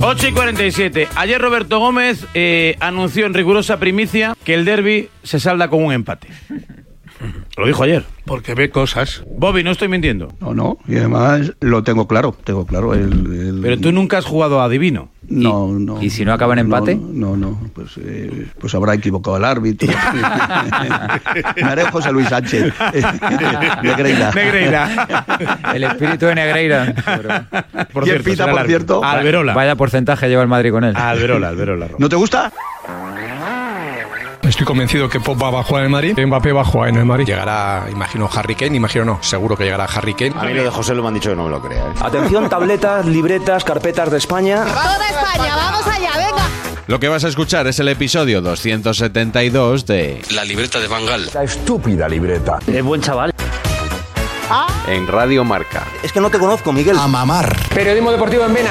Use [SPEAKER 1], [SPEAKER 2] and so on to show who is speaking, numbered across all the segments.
[SPEAKER 1] 8 y 47. Ayer Roberto Gómez eh, anunció en rigurosa primicia que el derby se salda con un empate. Lo dijo ayer.
[SPEAKER 2] Porque ve cosas.
[SPEAKER 1] Bobby, no estoy mintiendo.
[SPEAKER 3] No, no, y además lo tengo claro, tengo claro. El, el-
[SPEAKER 1] Pero tú nunca has jugado a adivino.
[SPEAKER 3] No, no.
[SPEAKER 4] y si no acaba en empate?
[SPEAKER 3] No, no, no, pues, eh, pues habrá equivocado el árbitro. Me haré José Luis Sánchez. Negreira.
[SPEAKER 1] Negreira.
[SPEAKER 4] El espíritu de Negreira. Pero
[SPEAKER 1] Por
[SPEAKER 3] ¿Quién pita,
[SPEAKER 1] será
[SPEAKER 3] por
[SPEAKER 1] el árbitro.
[SPEAKER 3] cierto?
[SPEAKER 1] Alberola.
[SPEAKER 4] Vaya porcentaje lleva el Madrid con él.
[SPEAKER 1] Alberola, Alberola. Roberto.
[SPEAKER 3] ¿No te gusta?
[SPEAKER 5] Estoy convencido que Pogba va a jugar en el Madrid, Mbappé va a jugar en el Madrid. Llegará, imagino, Harry Kane, imagino no, seguro que llegará Harry Kane.
[SPEAKER 6] A mí lo de José lo me han dicho que no me lo crea. ¿eh?
[SPEAKER 7] Atención, tabletas, libretas, carpetas de España.
[SPEAKER 8] Toda España, vamos allá, venga.
[SPEAKER 9] Lo que vas a escuchar es el episodio 272 de
[SPEAKER 7] La libreta de Bangal.
[SPEAKER 6] La estúpida libreta.
[SPEAKER 7] Es buen chaval.
[SPEAKER 10] Ah.
[SPEAKER 9] En Radio Marca.
[SPEAKER 7] Es que no te conozco, Miguel. A mamar. Periodismo deportivo en Vena.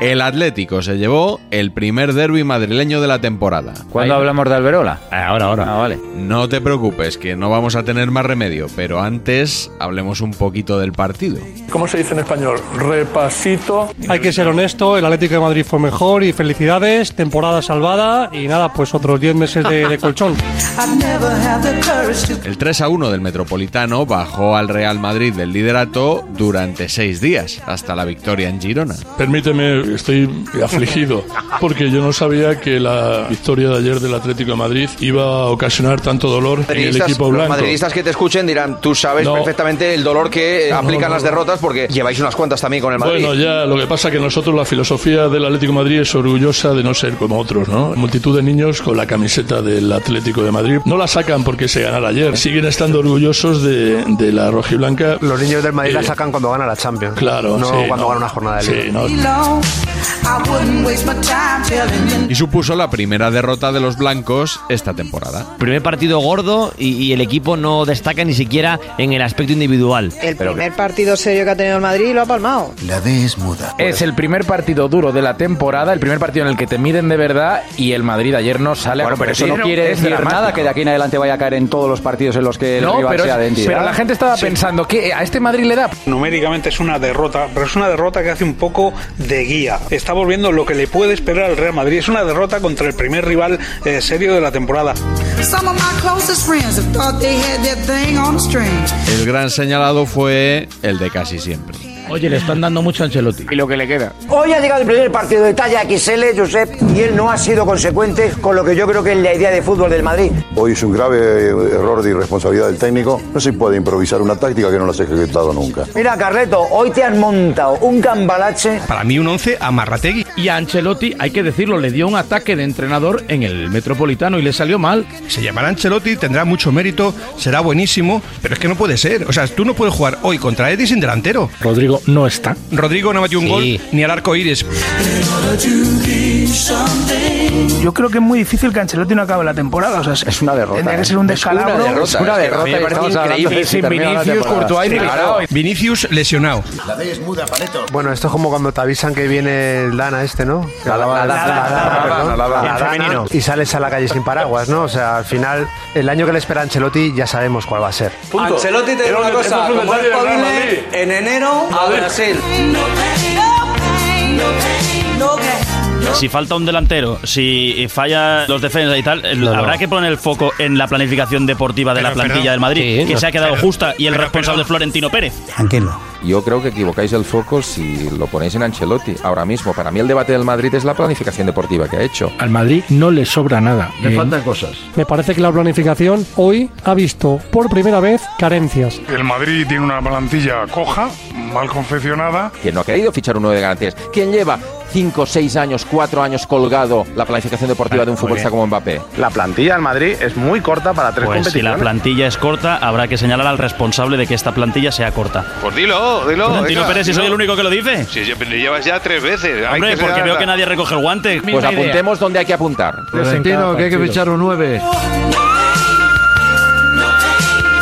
[SPEAKER 9] El Atlético se llevó el primer derby madrileño de la temporada.
[SPEAKER 4] ¿Cuándo hablamos de Alberola?
[SPEAKER 1] Ahora, ahora.
[SPEAKER 4] Ah, vale.
[SPEAKER 9] No te preocupes, que no vamos a tener más remedio, pero antes hablemos un poquito del partido.
[SPEAKER 5] ¿Cómo se dice en español? Repasito.
[SPEAKER 7] Hay que ser honesto, el Atlético de Madrid fue mejor y felicidades, temporada salvada y nada, pues otros 10 meses de, de colchón.
[SPEAKER 9] El 3 a 1 del Metropolitano bajó al Real Madrid del liderato durante seis días, hasta la victoria en Girona.
[SPEAKER 5] Permíteme, estoy afligido, porque yo no sabía que la victoria de ayer del Atlético de Madrid iba a ocasionar tanto dolor en el equipo
[SPEAKER 7] los
[SPEAKER 5] blanco.
[SPEAKER 7] madridistas que te escuchen dirán, tú sabes
[SPEAKER 5] No.
[SPEAKER 7] perfectamente el dolor que eh,
[SPEAKER 5] No,
[SPEAKER 7] aplican
[SPEAKER 5] no,
[SPEAKER 7] las
[SPEAKER 5] no.
[SPEAKER 7] derrotas porque lleváis unas cuantas también con el Madrid.
[SPEAKER 5] Bueno, ya, lo que pasa que nosotros la filosofía del Atlético de Madrid es orgullosa de no ser como otros, ¿no? Multitud de niños con la camiseta del Atlético de Madrid no la sacan porque se ganara ayer, siguen estando orgullosos de, de la rojiblanca.
[SPEAKER 7] Los niños del Madrid
[SPEAKER 5] la
[SPEAKER 7] sacan cuando gana la Champions.
[SPEAKER 5] Claro, sí, no. Sí, no.
[SPEAKER 9] Y supuso la primera derrota de los blancos esta temporada.
[SPEAKER 7] Primer partido gordo y, el equipo no destaca ni siquiera en el aspecto individual.
[SPEAKER 8] El primer partido serio que ha tenido el Madrid lo ha palmado.
[SPEAKER 10] La D es muda.
[SPEAKER 7] Es el primer partido duro de la temporada, el primer partido en el que te miden de verdad y el Madrid ayer no sale
[SPEAKER 4] Bueno,
[SPEAKER 7] a
[SPEAKER 4] pero eso
[SPEAKER 7] competir.
[SPEAKER 4] no quiere
[SPEAKER 7] Es
[SPEAKER 4] decir
[SPEAKER 7] dramático.
[SPEAKER 4] nada que de aquí en adelante vaya a caer en todos los partidos en los que el
[SPEAKER 7] No,
[SPEAKER 4] rival
[SPEAKER 7] pero,
[SPEAKER 4] sea de entidad.
[SPEAKER 7] pero la gente estaba pensando que a este Madrid le da.
[SPEAKER 5] Numéricamente es una derrota, pero es una derrota que hace un poco de guía. Está volviendo lo que le puede esperar al Real Madrid. Es una derrota contra el primer rival eh, serio de la temporada.
[SPEAKER 9] El gran señalado fue el de casi siempre.
[SPEAKER 1] Oye, le están dando mucho a Ancelotti.
[SPEAKER 7] Y lo que le queda.
[SPEAKER 10] Hoy ha llegado el primer partido de talla XL, Josep, y él no ha sido consecuente con lo que yo creo que es la idea de fútbol del Madrid. Hoy es un grave error de irresponsabilidad del técnico. No se puede improvisar una táctica que no la has ejecutado nunca. Mira, Carleto, hoy te has montado un cambalache.
[SPEAKER 5] Para mí un 11 a Marrategui.
[SPEAKER 1] Y a Ancelotti, hay que decirlo, le dio un ataque de entrenador en el Metropolitano y le salió mal.
[SPEAKER 5] Se llamará Ancelotti, tendrá mucho mérito, será buenísimo, pero es que no puede ser. O sea, tú no puedes jugar hoy contra Eddie sin delantero. Rodrigo no está. Rodrigo no metió un gol ni al arco iris.
[SPEAKER 11] Yo creo que es muy difícil que Ancelotti no acabe la temporada. O sea, es una derrota. Tendría que ser un descalabro.
[SPEAKER 12] ¿eh? Es una derrota. y estamos hablando de si termina la temporada. Sí, claro.
[SPEAKER 13] Vinicius lesionado.
[SPEAKER 14] La D es muda, Paleto.
[SPEAKER 13] Bueno, esto es como cuando te avisan que viene el Dana este, ¿no? Que la Dana,
[SPEAKER 14] la Dana,
[SPEAKER 13] perdón,
[SPEAKER 14] la Dana.
[SPEAKER 13] la
[SPEAKER 14] En
[SPEAKER 13] Dana,
[SPEAKER 14] femenino.
[SPEAKER 13] Y sales a la calle sin paraguas, ¿no? O sea, al final, el año que le espera a Ancelotti ya sabemos cuál va a ser.
[SPEAKER 3] Ancelotti te digo una cosa, como es posible, en enero a Brasil.
[SPEAKER 6] Si falta un delantero, si falla los defensas y tal,
[SPEAKER 13] no.
[SPEAKER 6] habrá que poner el foco en la planificación deportiva de la
[SPEAKER 9] Pero, perdón.
[SPEAKER 6] plantilla del Madrid,
[SPEAKER 9] Sí,
[SPEAKER 6] que
[SPEAKER 9] no.
[SPEAKER 6] se ha quedado
[SPEAKER 9] Pero,
[SPEAKER 6] justa y el responsable es Florentino Pérez.
[SPEAKER 9] Tranquilo. Yo creo que equivocáis el foco si lo ponéis en Ancelotti ahora mismo. Para mí el debate del Madrid es la planificación deportiva que ha hecho.
[SPEAKER 15] Al Madrid no le sobra nada.
[SPEAKER 16] Le faltan
[SPEAKER 15] cosas.
[SPEAKER 16] Me parece que la planificación hoy ha visto por primera vez carencias.
[SPEAKER 17] El Madrid tiene una plantilla coja, mal confeccionada.
[SPEAKER 9] Quien no ha querido fichar uno de garantías. Quien lleva 5, 6 años, 4 años colgado la planificación deportiva de un futbolista como Mbappé.
[SPEAKER 6] La plantilla del Madrid es muy corta para tres pues Si la
[SPEAKER 7] ¿eh?
[SPEAKER 9] competiciones.
[SPEAKER 6] plantilla es corta, habrá que señalar al responsable de que esta plantilla sea corta.
[SPEAKER 18] Pues dilo, dilo.
[SPEAKER 6] Florentino Pérez, si soy el único que lo dice.
[SPEAKER 18] Sí, yo- pero llevas ya tres veces. hay
[SPEAKER 6] Hombre,
[SPEAKER 18] que
[SPEAKER 6] porque
[SPEAKER 18] ser-
[SPEAKER 6] veo que nadie recoge el guante.
[SPEAKER 18] Misma Pues idea. apuntemos
[SPEAKER 6] donde hay que apuntar.
[SPEAKER 19] Florentino, que hay que fichar un 9.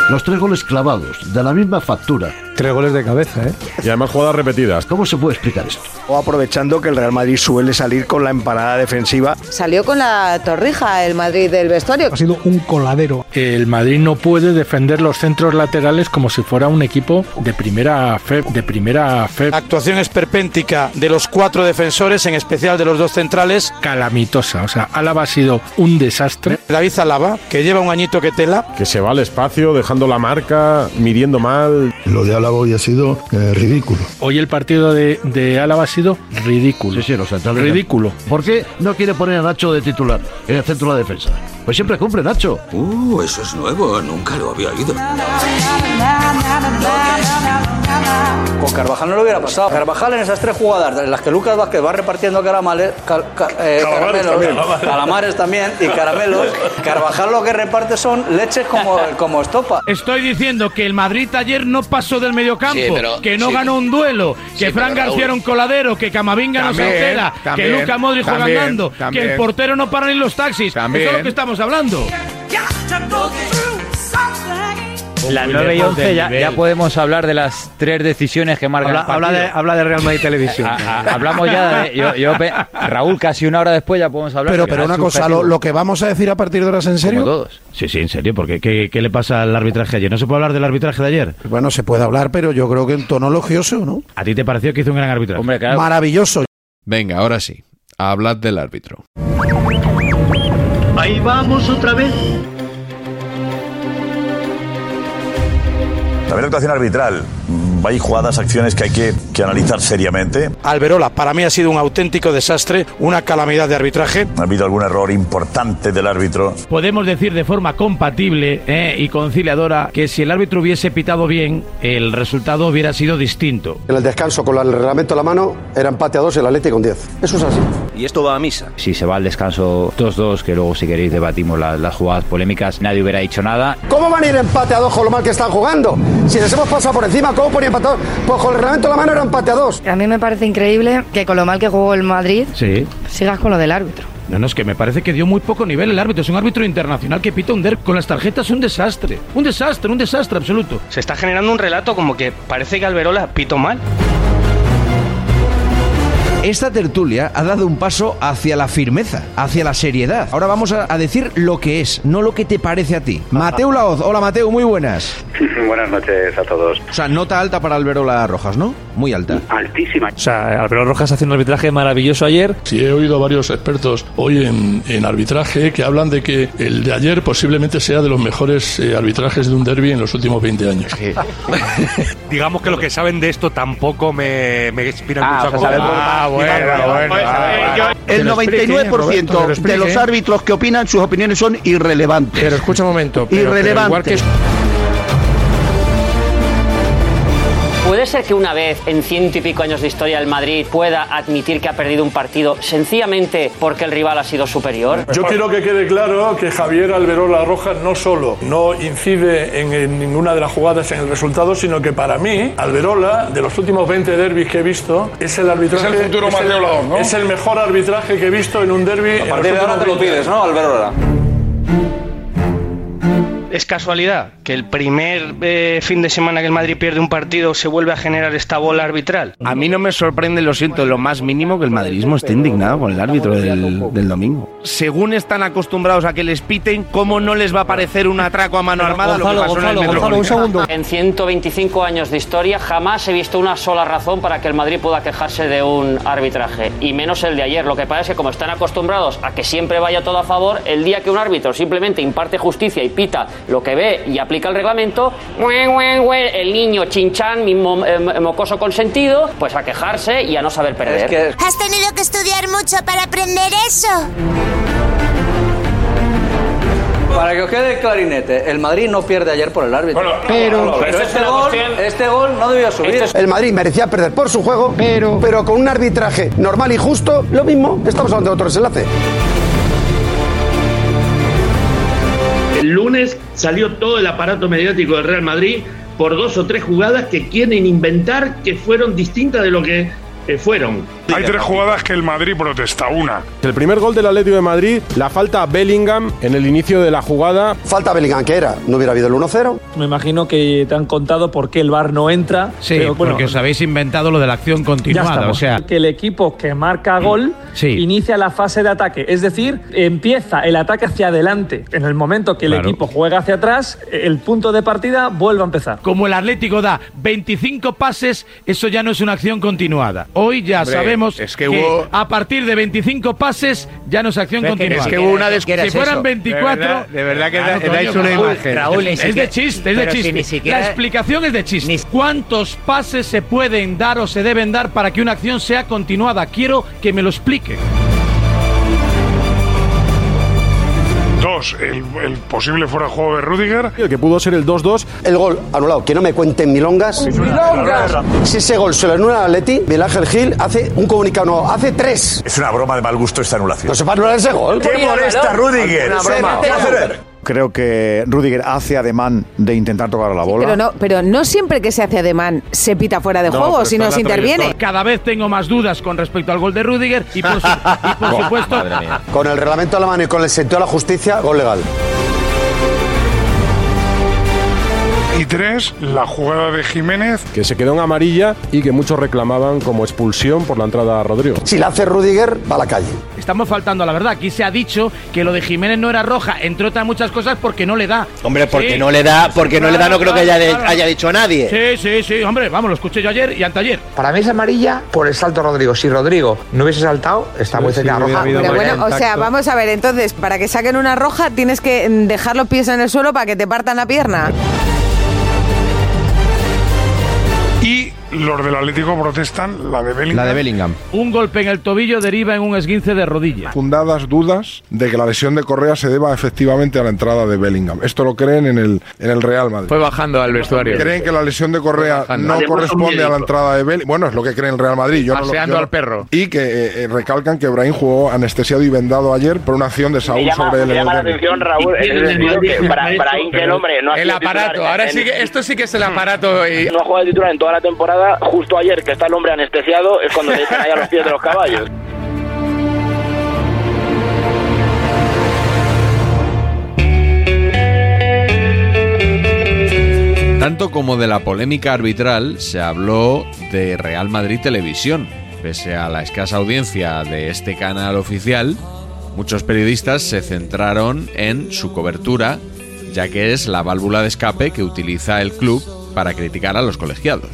[SPEAKER 19] Los tres goles clavados, de la misma factura. Tres goles de cabeza, ¿eh? Y además jugadas repetidas. ¿Cómo se puede explicar esto?
[SPEAKER 20] O aprovechando que el Real Madrid suele salir con la empanada defensiva.
[SPEAKER 21] Salió con la torrija el Madrid del vestuario.
[SPEAKER 15] Ha sido un coladero. El Madrid no puede defender los centros laterales como si fuera un equipo de primera fe, de primera fe.
[SPEAKER 22] Actuación esperpéntica de los cuatro defensores, en especial de los dos centrales.
[SPEAKER 15] Calamitosa, o sea, Álava ha sido un desastre.
[SPEAKER 22] David Zalaba, que lleva un añito que tela.
[SPEAKER 10] Que se va al espacio, dejando la marca, midiendo mal. Lo de Álava hoy ha sido
[SPEAKER 19] Eh,
[SPEAKER 10] ridículo.
[SPEAKER 15] Hoy el partido de, de Álava ha sido ridículo. ridículo.
[SPEAKER 19] ¿Por qué no quiere poner a Nacho de titular en el centro de la defensa? Pues siempre cumple Nacho.
[SPEAKER 23] Uh, eso es nuevo, nunca lo había oído.
[SPEAKER 3] Con Carvajal no lo hubiera pasado. Carvajal en esas tres jugadas, en las que Lucas Vázquez va repartiendo caramales, car- ca- eh,
[SPEAKER 24] Calamares
[SPEAKER 3] caramelos,
[SPEAKER 24] también.
[SPEAKER 3] calamares también y caramelos, Carvajal lo que reparte son leches como, como estopa.
[SPEAKER 24] Estoy diciendo que el Madrid ayer no pasó del mediocampo,
[SPEAKER 3] Sí, pero-
[SPEAKER 24] que no
[SPEAKER 3] sí.
[SPEAKER 24] ganó un duelo,
[SPEAKER 3] Sí,
[SPEAKER 24] que Fran
[SPEAKER 3] pero,
[SPEAKER 24] García
[SPEAKER 3] Raúl.
[SPEAKER 24] era un coladero, que Camavinga no se
[SPEAKER 3] También,
[SPEAKER 24] entera, que
[SPEAKER 3] también,
[SPEAKER 24] Luca Modric juega
[SPEAKER 3] también,
[SPEAKER 24] andando,
[SPEAKER 3] también.
[SPEAKER 24] que el portero no para ni los taxis.
[SPEAKER 3] También.
[SPEAKER 24] Eso es lo que estamos hablando.
[SPEAKER 12] La
[SPEAKER 6] Muy 9 y lejos 11 del ya- nivel. ya
[SPEAKER 12] podemos hablar de las tres decisiones que marcan
[SPEAKER 6] Habla-
[SPEAKER 12] el partido.
[SPEAKER 6] habla de- habla de Real Madrid Televisión.
[SPEAKER 12] A- a- hablamos ya de... yo- yo pe- Raúl, casi una hora después ya podemos hablar.
[SPEAKER 13] Pero,
[SPEAKER 12] porque
[SPEAKER 13] pero
[SPEAKER 12] es
[SPEAKER 13] una cosa, lo,
[SPEAKER 12] subjetivo.
[SPEAKER 13] lo que vamos a decir a partir de ahora es en serio.
[SPEAKER 7] Sí, sí, en serio, porque ¿qué, qué le pasa al arbitraje ayer? ¿No se puede hablar del arbitraje de ayer?
[SPEAKER 13] Bueno, se puede hablar, pero yo creo que en tono elogioso, ¿no?
[SPEAKER 7] ¿A ti te pareció que hizo un gran arbitraje? Hombre,
[SPEAKER 13] Maravilloso.
[SPEAKER 25] Venga, ahora sí. Hablad del árbitro.
[SPEAKER 26] Ahí vamos otra vez.
[SPEAKER 27] También la actuación arbitral. Mm, Hay jugadas, acciones que hay que, que analizar seriamente.
[SPEAKER 22] Alberola, para mí ha sido un auténtico desastre, una calamidad de arbitraje.
[SPEAKER 27] Ha habido algún error importante del árbitro.
[SPEAKER 7] Podemos decir de forma compatible eh, y conciliadora que si el árbitro hubiese pitado bien, el resultado hubiera sido distinto.
[SPEAKER 14] En el descanso con el reglamento a la mano era empate a dos el Atlético con 10. Eso es así.
[SPEAKER 12] Y esto va a misa. Si se va al descanso 2-2, que luego si queréis debatimos la- las jugadas polémicas, nadie hubiera dicho nada.
[SPEAKER 14] ¿Cómo van a ir empate a dos con lo mal que están jugando? Si les hemos pasado por encima, ¿cómo ponía empate a dos? Pues con el reglamento a la mano era empate a dos.
[SPEAKER 8] A mí me parece increíble que con lo mal que jugó el Madrid
[SPEAKER 7] Sí.
[SPEAKER 8] sigas con lo del árbitro.
[SPEAKER 7] No, no, es que me parece que dio muy poco nivel el árbitro. Es un árbitro internacional que pita un derbi con las tarjetas, un desastre. Un desastre, un desastre absoluto.
[SPEAKER 28] Se está generando un relato como que parece que Alberola pito mal.
[SPEAKER 29] Esta tertulia ha dado un paso hacia la firmeza, hacia la seriedad. Ahora vamos a, a decir lo que es, no lo que te parece a
[SPEAKER 28] Ah,
[SPEAKER 29] ti. Mateu Laoz, hola Mateu, muy buenas.
[SPEAKER 30] Buenas noches a todos.
[SPEAKER 29] O sea, nota alta para Alberola Rojas, ¿no? Muy alta.
[SPEAKER 30] Altísima.
[SPEAKER 28] O sea, Alberola Rojas haciendo un arbitraje maravilloso ayer.
[SPEAKER 5] Sí, he oído a varios expertos hoy en, en arbitraje que hablan de que el de ayer posiblemente sea de los mejores eh, arbitrajes de un derby en los últimos 20 años.
[SPEAKER 31] Digamos que lo que saben de esto tampoco me, me inspiran Ah, mucha o sea, cosa. saber por- Pues, Vale, vale, vale.
[SPEAKER 32] El 99% de los árbitros que opinan, sus opiniones son irrelevantes. Pero
[SPEAKER 13] escucha un momento.
[SPEAKER 32] irrelevantes.
[SPEAKER 3] Puede
[SPEAKER 13] ¿Puede ser que una vez en ciento y pico años de historia el Madrid pueda admitir que ha perdido un partido sencillamente porque el rival ha sido superior?
[SPEAKER 5] Yo quiero que quede claro que Javier Alberola Rojas no solo no incide en, en ninguna de las jugadas en el resultado, sino que para mí, Alberola, de los últimos 20 derbis que he visto, es el arbitraje.
[SPEAKER 33] Es el futuro Mateo Laoz, ¿no?
[SPEAKER 5] es el mejor arbitraje que he visto en un derbi.
[SPEAKER 33] A partir de ahora te lo pides, ¿no, Alberola?
[SPEAKER 34] ¿Es casualidad que el primer eh, fin de semana que el Madrid pierde un partido se vuelve a generar esta bola arbitral?
[SPEAKER 2] A mí no me sorprende, lo siento, lo más mínimo que el madridismo esté indignado con el árbitro del, del domingo. Según están acostumbrados a que les piten, ¿cómo no les va a parecer un atraco a mano armada lo que pasó en el Metropolitano?
[SPEAKER 13] En 125 años de historia jamás he visto una sola razón para que el Madrid pueda quejarse de un arbitraje, y menos el de ayer. Lo que pasa es que como están acostumbrados a que siempre vaya todo a favor, el día que un árbitro simplemente imparte justicia y pita lo que ve y aplica el reglamento, ¡mue, mue, mue! el niño chinchán, mi mo- eh, mocoso consentido, pues a quejarse y a no saber perder. ¿Has tenido que estudiar mucho para aprender eso?
[SPEAKER 3] Para que os quede clarinete, el Madrid no pierde ayer por el árbitro.
[SPEAKER 13] Pero-
[SPEAKER 3] Pero
[SPEAKER 13] Esa es
[SPEAKER 3] este,
[SPEAKER 13] una
[SPEAKER 3] gol, este gol no debió subir.
[SPEAKER 10] El Madrid merecía perder por su juego, pero, pero con un arbitraje normal y justo, lo mismo, estamos hablando de otro desenlace.
[SPEAKER 35] El lunes salió todo el aparato mediático del Real Madrid por dos o tres jugadas que quieren inventar que fueron distintas de lo que eh, fueron.
[SPEAKER 36] Hay tres jugadas que el Madrid protesta. Una.
[SPEAKER 37] El primer gol del Atlético de Madrid, la falta a Bellingham en el inicio de la jugada.
[SPEAKER 10] Falta Bellingham, que era? ¿No hubiera habido el 1-0?
[SPEAKER 38] Me imagino que te han contado por qué el bar no entra.
[SPEAKER 7] Sí,
[SPEAKER 38] pero bueno,
[SPEAKER 7] porque os habéis inventado lo de la acción
[SPEAKER 38] ya
[SPEAKER 7] continuada.
[SPEAKER 38] estamos.
[SPEAKER 7] O sea,
[SPEAKER 38] que el equipo que marca gol
[SPEAKER 7] Sí.
[SPEAKER 38] inicia la fase de ataque, es decir, empieza el ataque hacia adelante. En el momento que el
[SPEAKER 7] Claro.
[SPEAKER 38] equipo juega hacia atrás, el punto de partida vuelve a empezar.
[SPEAKER 39] Como
[SPEAKER 7] el Atlético da 25 pases, eso ya no es una acción continuada. Hoy ya
[SPEAKER 39] Hombre,
[SPEAKER 7] sabemos
[SPEAKER 39] es que hubo-
[SPEAKER 7] a partir de 25 pases ya no es acción
[SPEAKER 39] Es que-
[SPEAKER 7] continuada.
[SPEAKER 39] es que hubo una des-
[SPEAKER 7] Si fueran 24,
[SPEAKER 39] De verdad- de verdad que da-
[SPEAKER 7] coño,
[SPEAKER 39] dais una
[SPEAKER 7] Raúl,
[SPEAKER 39] imagen.
[SPEAKER 7] Raúl,
[SPEAKER 39] Es
[SPEAKER 7] es
[SPEAKER 39] de
[SPEAKER 7] de chiste, es de
[SPEAKER 39] pero si
[SPEAKER 7] chiste.
[SPEAKER 39] ni siquiera-
[SPEAKER 7] La explicación es de chiste. ¿Cuántos pases se pueden dar o se deben dar para que una acción sea continuada? Quiero que me lo explique.
[SPEAKER 36] Dos, el, el posible fuera de juego de Rudiger.
[SPEAKER 10] El que pudo ser el 2-2. El gol anulado, que no me cuenten milongas.
[SPEAKER 36] ¡Milongas!
[SPEAKER 10] Si ese gol se lo anula al Atleti, Miguel Ángel Gil hace un comunicado, no, hace tres.
[SPEAKER 40] Es una broma de mal gusto esta anulación.
[SPEAKER 10] No se va a anular ese gol.
[SPEAKER 40] ¿Qué molesta, Rudiger?
[SPEAKER 10] Una broma.
[SPEAKER 38] Creo que Rudiger hace ademán de intentar tocar la bola.
[SPEAKER 8] Pero no, pero no siempre que se hace ademán se pita fuera de juego, sino se interviene.
[SPEAKER 7] Cada vez tengo más dudas con respecto al gol de Rudiger y por, su- y por supuesto
[SPEAKER 10] Con el reglamento a la mano y con el sentido de la justicia, gol legal.
[SPEAKER 36] Y tres, la jugada de Jiménez.
[SPEAKER 37] Que se quedó en amarilla y que muchos reclamaban como expulsión por la entrada a Rodrigo.
[SPEAKER 10] Si la hace Rudiger, va a la calle.
[SPEAKER 7] Estamos faltando a la verdad. Aquí se ha dicho que lo de Jiménez no era roja, entre otras muchas cosas, porque no le da.
[SPEAKER 38] Hombre,
[SPEAKER 7] Sí.
[SPEAKER 38] porque no le da, porque no le da, no creo que haya, de-
[SPEAKER 7] Claro.
[SPEAKER 38] haya dicho nadie.
[SPEAKER 7] Sí, sí, sí. Hombre, vamos, lo escuché yo ayer y anteayer.
[SPEAKER 38] Para mí es amarilla por el salto Rodrigo. Si Rodrigo no hubiese saltado, está muy cerca de roja.
[SPEAKER 8] Pero bueno, o sea, vamos a ver, entonces, para que saquen una roja tienes que mm, dejar los pies en el suelo para que te partan la pierna.
[SPEAKER 36] Y los del Atlético protestan la de Bellingham.
[SPEAKER 41] La de Bellingham.
[SPEAKER 7] Un golpe en el tobillo deriva en un esguince de rodilla.
[SPEAKER 13] Fundadas dudas de que la lesión de Correa se deba efectivamente a la entrada de Bellingham. Esto lo creen en el, en el Real Madrid.
[SPEAKER 33] Fue bajando al vestuario.
[SPEAKER 13] Creen que la lesión de Correa
[SPEAKER 33] Bajando.
[SPEAKER 13] no
[SPEAKER 33] Además, un
[SPEAKER 13] corresponde
[SPEAKER 33] médico.
[SPEAKER 13] a la entrada de Bellingham. Bueno, es lo que cree el Real Madrid. Yo no lo-
[SPEAKER 33] Paseando
[SPEAKER 13] yo no-
[SPEAKER 33] al perro.
[SPEAKER 13] Y que eh, eh, recalcan que Brahim jugó anestesiado y vendado ayer por una acción de Saúl sobre el Eldenberg.
[SPEAKER 33] Raúl,
[SPEAKER 13] en ese sentido que para- para Inge, el hombre, no ha
[SPEAKER 33] El
[SPEAKER 13] sido
[SPEAKER 33] aparato,
[SPEAKER 13] titular
[SPEAKER 33] ahora
[SPEAKER 13] en-
[SPEAKER 33] sí que, esto sí que es el aparato. Y...
[SPEAKER 13] No ha jugado de titular en toda la temporada. Justo ayer, que está el hombre anestesiado, es cuando le echan ahí a los pies de los caballos.
[SPEAKER 9] Tanto como de la polémica arbitral, se habló de Real Madrid Televisión. Pese a la escasa audiencia de este canal oficial, muchos periodistas se centraron en su cobertura, ya que es la válvula de escape que utiliza el club para criticar a los colegiados.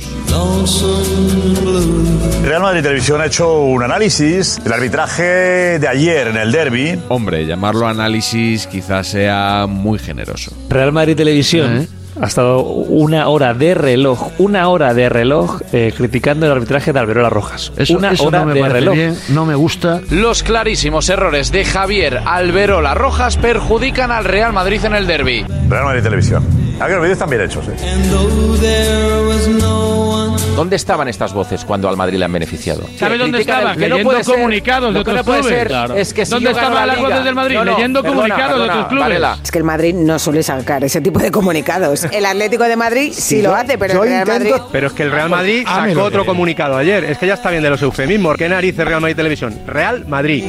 [SPEAKER 40] Real Madrid Televisión ha hecho un análisis del arbitraje de ayer en el derby.
[SPEAKER 9] Hombre, llamarlo análisis quizás sea muy generoso.
[SPEAKER 38] Real Madrid Televisión ha estado una hora de reloj, una hora de reloj eh, criticando el arbitraje de Alberola Rojas. una hora de reloj.
[SPEAKER 42] no me gusta.
[SPEAKER 38] Los clarísimos errores de Javier Alberola Rojas perjudican al Real Madrid en el derby.
[SPEAKER 40] Real Madrid Televisión. Ah, que los vídeos están bien hechos, eh.
[SPEAKER 12] ¿Dónde estaban estas voces cuando al Madrid le han beneficiado?
[SPEAKER 39] ¿Sabes
[SPEAKER 12] Que
[SPEAKER 39] dónde
[SPEAKER 12] critican
[SPEAKER 39] estaban?
[SPEAKER 12] el- que no
[SPEAKER 39] Leyendo
[SPEAKER 12] puede ser-
[SPEAKER 39] comunicados de
[SPEAKER 12] lo que
[SPEAKER 39] otros
[SPEAKER 12] no puede
[SPEAKER 39] clubes.
[SPEAKER 12] ser
[SPEAKER 39] Claro.
[SPEAKER 12] es que si
[SPEAKER 39] ¿Dónde
[SPEAKER 12] yo gano
[SPEAKER 39] estaban
[SPEAKER 12] la
[SPEAKER 39] las
[SPEAKER 12] Liga-
[SPEAKER 39] voces del Madrid?
[SPEAKER 12] No, no,
[SPEAKER 39] Leyendo
[SPEAKER 12] perdona,
[SPEAKER 39] comunicados de
[SPEAKER 12] perdona,
[SPEAKER 39] otros clubes.
[SPEAKER 12] Varela.
[SPEAKER 8] Es que el Madrid no suele sacar ese tipo de comunicados. El Atlético de Madrid sí, lo hace, pero el Real Madrid...
[SPEAKER 43] Pero es que el Real Madrid
[SPEAKER 8] Ah, me
[SPEAKER 43] sacó
[SPEAKER 8] lo
[SPEAKER 43] otro comunicado ayer. Es que ya está bien de los eufemismos. ¿Qué narices Real Madrid Televisión? Real Madrid.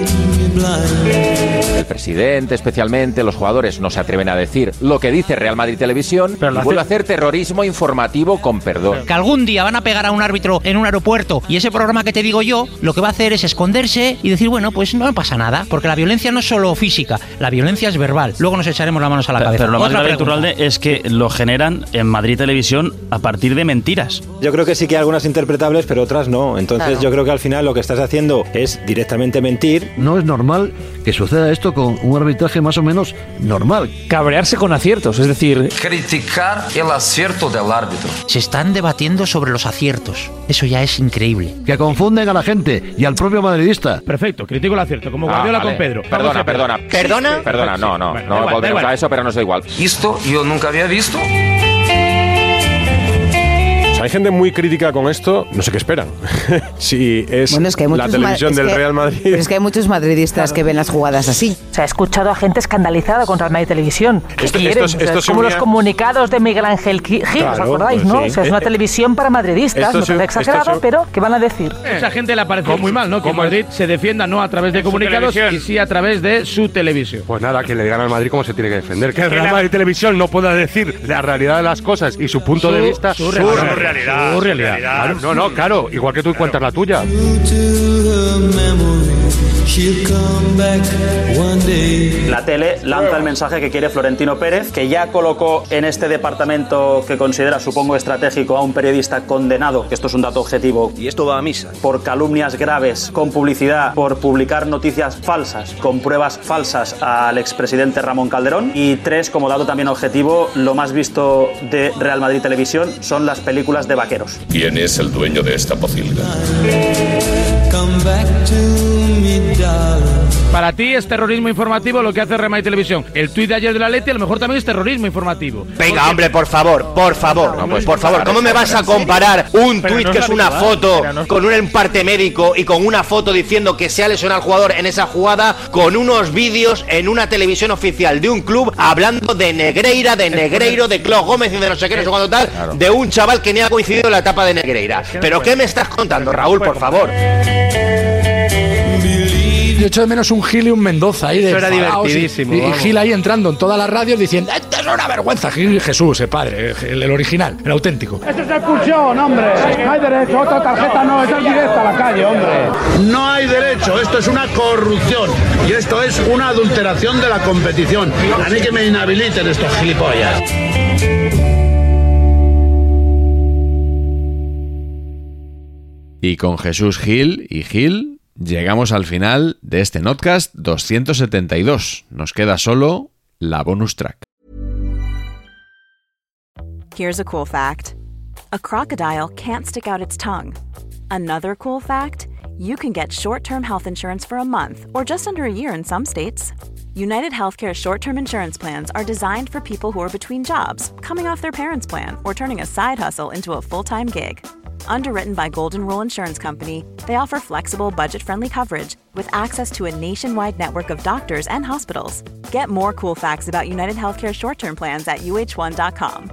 [SPEAKER 12] El presidente, especialmente, los jugadores no se atreven a decir lo que dice Real Madrid Televisión y
[SPEAKER 44] hace-
[SPEAKER 12] vuelve a hacer terrorismo informativo con perdón.
[SPEAKER 44] Que algún día van a pegar a un árbitro en un aeropuerto y ese programa que te digo yo lo que va a hacer es esconderse y decir, bueno, pues no pasa nada, porque la violencia no es solo física, la violencia es verbal. Luego nos echaremos las manos a la cabeza.
[SPEAKER 45] Pero lo más
[SPEAKER 44] Otra
[SPEAKER 45] grave,
[SPEAKER 44] pregunta.
[SPEAKER 45] Iturralde, es que lo generan en Madrid Televisión a partir de mentiras.
[SPEAKER 46] Yo creo que sí que hay algunas interpretables, pero otras no. Entonces
[SPEAKER 47] Claro.
[SPEAKER 46] yo creo que al final lo que estás haciendo es directamente mentir.
[SPEAKER 42] No es normal que suceda esto con un arbitraje más o menos normal.
[SPEAKER 38] Cabrearse con aciertos, es decir,
[SPEAKER 48] Criticar el acierto del árbitro.
[SPEAKER 44] Se están debatiendo sobre los aciertos. Eso ya es increíble.
[SPEAKER 42] Que confunden a la gente y al propio madridista.
[SPEAKER 7] Perfecto, critico el acierto, como Guardiola
[SPEAKER 12] Ah, vale.
[SPEAKER 7] con Pedro. Vamos
[SPEAKER 12] Perdona,
[SPEAKER 7] a Pedro.
[SPEAKER 12] perdona. Perdona, no, no.
[SPEAKER 7] Bueno, da
[SPEAKER 12] no
[SPEAKER 7] igual, da
[SPEAKER 12] volveremos
[SPEAKER 7] igual.
[SPEAKER 12] a eso, pero no da igual.
[SPEAKER 48] Esto yo nunca había visto.
[SPEAKER 37] O sea, hay gente muy crítica con esto, no sé qué esperan. si es,
[SPEAKER 8] Bueno, es que hay
[SPEAKER 37] la
[SPEAKER 8] muchos ma-
[SPEAKER 37] televisión
[SPEAKER 8] es
[SPEAKER 37] del
[SPEAKER 8] que-
[SPEAKER 37] Real Madrid.
[SPEAKER 8] Pero es que hay muchos madridistas que ven las jugadas así.
[SPEAKER 49] O sea, he escuchado a gente escandalizada contra el Madrid Televisión. ¿Qué
[SPEAKER 37] Esto-
[SPEAKER 49] quieren?
[SPEAKER 37] esto-
[SPEAKER 49] O sea,
[SPEAKER 37] esto
[SPEAKER 49] es
[SPEAKER 37] se
[SPEAKER 49] como
[SPEAKER 37] unía-
[SPEAKER 49] los comunicados de Miguel Ángel Gil, ¿os
[SPEAKER 37] Claro,
[SPEAKER 49] acordáis,
[SPEAKER 37] pues
[SPEAKER 49] no?
[SPEAKER 37] sí.
[SPEAKER 49] O sea, es una
[SPEAKER 37] Eh, eh,
[SPEAKER 49] televisión para madridistas,
[SPEAKER 7] esto
[SPEAKER 49] me
[SPEAKER 7] se-
[SPEAKER 49] parece
[SPEAKER 7] esto
[SPEAKER 49] exagerado,
[SPEAKER 7] se-
[SPEAKER 49] pero ¿qué van a decir?
[SPEAKER 43] Eh,
[SPEAKER 7] Mucha gente le parece muy mal, ¿no? Que Madrid se defienda no a través de comunicados y
[SPEAKER 43] televisión.
[SPEAKER 7] sí a través de su televisión.
[SPEAKER 43] Pues nada, que le digan al Madrid cómo se tiene que defender. Que el
[SPEAKER 7] Que
[SPEAKER 43] Real
[SPEAKER 7] la-
[SPEAKER 43] Madrid Televisión no pueda decir la realidad de las cosas y su punto
[SPEAKER 7] Su-
[SPEAKER 43] de vista.
[SPEAKER 7] su realidad. Su realidad, su realidad.
[SPEAKER 43] Claro, no, no, claro. Igual que tú cuentas la tuya.
[SPEAKER 6] La tele lanza el mensaje que quiere Florentino Pérez, que ya colocó en este departamento que considera, supongo, estratégico a un periodista condenado, que esto es un dato objetivo. Y esto va a misa. Por calumnias graves, con publicidad, por publicar noticias falsas, con pruebas falsas al expresidente Ramón Calderón. Y tres, como dato también objetivo, lo más visto de Real Madrid Televisión son las películas de vaqueros.
[SPEAKER 48] ¿Quién es el dueño de esta posibilidad?
[SPEAKER 7] Para ti es terrorismo informativo lo que hace Remay Televisión. El tuit de ayer de la Leti a lo mejor también es terrorismo informativo.
[SPEAKER 45] Venga, hombre, por favor, por favor, por favor. ¿Cómo me vas a comparar un
[SPEAKER 7] Pero
[SPEAKER 45] tuit
[SPEAKER 7] no
[SPEAKER 45] que
[SPEAKER 7] es
[SPEAKER 45] es una
[SPEAKER 7] habitual,
[SPEAKER 45] foto
[SPEAKER 7] pero no es-
[SPEAKER 45] con un emparte médico y con una foto diciendo que se ha lesionado al jugador en esa jugada con unos vídeos en una televisión oficial de un club hablando de Negreira, de Negreiro, de Claude Gómez y de no sé qué, no sé cuándo tal,
[SPEAKER 12] Claro.
[SPEAKER 45] de un chaval que ni ha coincidido en la etapa de Negreira? ¿Pero qué me estás contando, Raúl, por favor?
[SPEAKER 49] Yo echo de menos un Gil y un Mendoza ahí de
[SPEAKER 43] Eso era
[SPEAKER 49] enfadaos y-
[SPEAKER 43] divertidísimo,
[SPEAKER 49] Y, y
[SPEAKER 43] vamos.
[SPEAKER 49] Gil ahí entrando en todas las radios diciendo: Esto es una vergüenza, Gil Jesús, el padre, eh, el, el original, el auténtico.
[SPEAKER 6] Esto es expulsión, hombre. No hay derecho. Otra tarjeta no. Esto es directa a la calle, hombre.
[SPEAKER 50] No hay derecho, esto es una corrupción y esto es una adulteración de la competición. A mí que me inhabiliten estos gilipollas.
[SPEAKER 9] Y con Jesús Gil y Gil llegamos al final de este Notcast 272. Nos queda solo la bonus track.
[SPEAKER 51] Here's a cool fact a crocodile can't stick out its tongue. Another cool fact you can get short term health insurance for a month or just under a year in some states. United Healthcare short term insurance plans are designed for people who are between jobs, coming off their parents' plan, or turning a side hustle into a full time gig. Underwritten by Golden Rule Insurance Company, they offer flexible, budget friendly coverage with access to a nationwide network of doctors and hospitals. Get more cool facts about United Healthcare short term plans at uh1.com.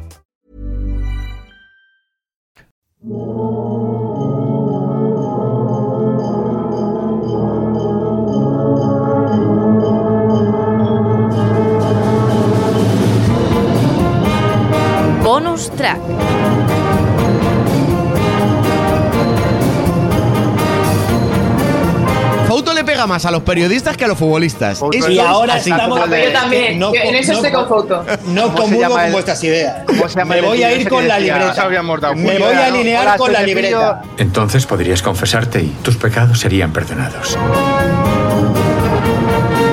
[SPEAKER 52] Bonus track.
[SPEAKER 43] Fouto le pega más a los periodistas que a los futbolistas.
[SPEAKER 53] Y ahora estamos.
[SPEAKER 45] Yo también.
[SPEAKER 53] No,
[SPEAKER 45] Yo en eso
[SPEAKER 53] no,
[SPEAKER 45] estoy con Foto.
[SPEAKER 53] No
[SPEAKER 43] ¿Cómo se
[SPEAKER 53] comulgo
[SPEAKER 43] llama
[SPEAKER 53] con
[SPEAKER 43] el-
[SPEAKER 53] vuestras ideas.
[SPEAKER 43] se llama
[SPEAKER 53] Me
[SPEAKER 43] el
[SPEAKER 53] voy
[SPEAKER 43] tío
[SPEAKER 53] a
[SPEAKER 43] ese
[SPEAKER 53] ir
[SPEAKER 43] que
[SPEAKER 53] con la
[SPEAKER 43] decía,
[SPEAKER 53] libreta.
[SPEAKER 43] "Nos habíamos dado
[SPEAKER 53] Me
[SPEAKER 43] cuenta,
[SPEAKER 53] voy a
[SPEAKER 43] ¿no?
[SPEAKER 53] alinear
[SPEAKER 43] Hola,
[SPEAKER 53] con la
[SPEAKER 43] soy Pepillo".
[SPEAKER 53] libreta.
[SPEAKER 46] Entonces podrías confesarte y tus pecados serían perdonados.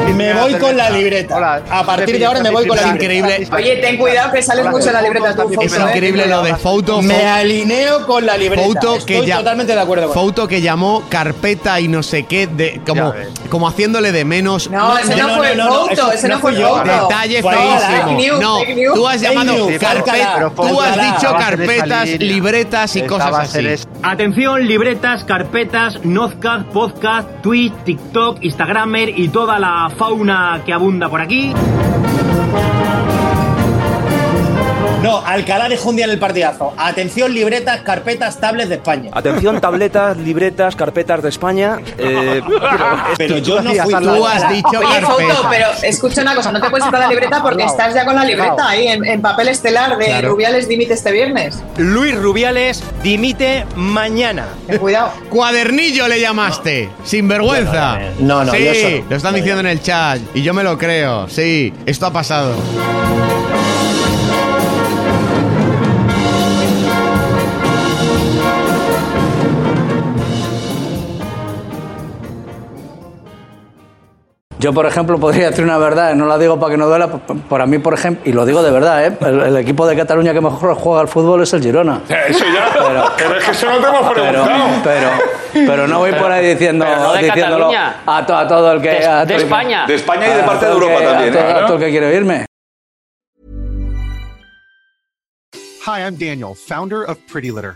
[SPEAKER 53] Me
[SPEAKER 9] me voy con la libreta. A partir de ahora me voy con la increíble.
[SPEAKER 7] Oye, ten cuidado que sales mucho en la libreta tú.
[SPEAKER 9] Es
[SPEAKER 7] Fouto, ¿eh?
[SPEAKER 9] increíble lo de Fouto.
[SPEAKER 7] Me alineo con la libreta.
[SPEAKER 9] Fouto que
[SPEAKER 7] Estoy
[SPEAKER 9] ya-
[SPEAKER 7] totalmente de acuerdo con
[SPEAKER 9] Fouto que llamó carpeta y no sé qué, de, como, como haciéndole de menos.
[SPEAKER 7] No, ese no fue Fouto, ese no fue Fouto.
[SPEAKER 9] Detalle
[SPEAKER 7] Fue fake
[SPEAKER 9] feísimo.
[SPEAKER 7] news,
[SPEAKER 9] No,
[SPEAKER 7] fake news.
[SPEAKER 9] tú has
[SPEAKER 7] Fake
[SPEAKER 9] llamado
[SPEAKER 7] news.
[SPEAKER 9] carpeta,
[SPEAKER 7] Pero
[SPEAKER 9] tú has
[SPEAKER 7] Fouto,
[SPEAKER 9] dicho
[SPEAKER 7] acaban de
[SPEAKER 9] carpetas,
[SPEAKER 7] salir.
[SPEAKER 9] libretas y cosas así. Atención, libretas, carpetas, nozcas, podcast, tweet, TikTok, Instagramer y toda la fauna que abunda por aquí.
[SPEAKER 7] No, Alcalá dejó un día en el partidazo. Atención, libretas, carpetas, tablets de España. Atención, tabletas, libretas, carpetas de España. eh, Pero yo no fui Oye, Oye, Fouto, foto, pero pero escucha una cosa, no te puedes quitar la libreta porque estás ya con la libreta ahí en, en papel estelar de Claro. Rubiales dimite este viernes.
[SPEAKER 9] Luis Rubiales dimite mañana.
[SPEAKER 7] Cuidado.
[SPEAKER 9] Cuadernillo le llamaste. Sinvergüenza. No, no, Sí, yo soy- lo están diciendo en el chat y yo me lo creo. Sí, esto ha pasado.
[SPEAKER 3] Yo, por ejemplo, podría decir una verdad, no la digo para que no duela, p- para mí, por ejemplo, y lo digo de verdad, ¿eh? el, el equipo de Cataluña que mejor juega al fútbol es el Girona.
[SPEAKER 54] Eh, Eso ya. Pero, es que eso no te hemos
[SPEAKER 3] Pero,
[SPEAKER 54] preguntado.
[SPEAKER 3] pero, pero no voy por ahí diciendo,
[SPEAKER 54] pero no de
[SPEAKER 3] diciéndolo
[SPEAKER 54] Cataluña.
[SPEAKER 3] a, to- a todo el que...
[SPEAKER 54] De-
[SPEAKER 3] a
[SPEAKER 54] de
[SPEAKER 3] todo el que-
[SPEAKER 54] España. De España y de
[SPEAKER 3] Ah, a
[SPEAKER 54] parte de
[SPEAKER 3] todo el
[SPEAKER 54] Europa
[SPEAKER 3] que- a
[SPEAKER 54] también,
[SPEAKER 3] todo-
[SPEAKER 54] ¿eh?
[SPEAKER 3] a todo el que quiere oírme.
[SPEAKER 35] Hi, I'm Daniel, founder of Pretty Litter.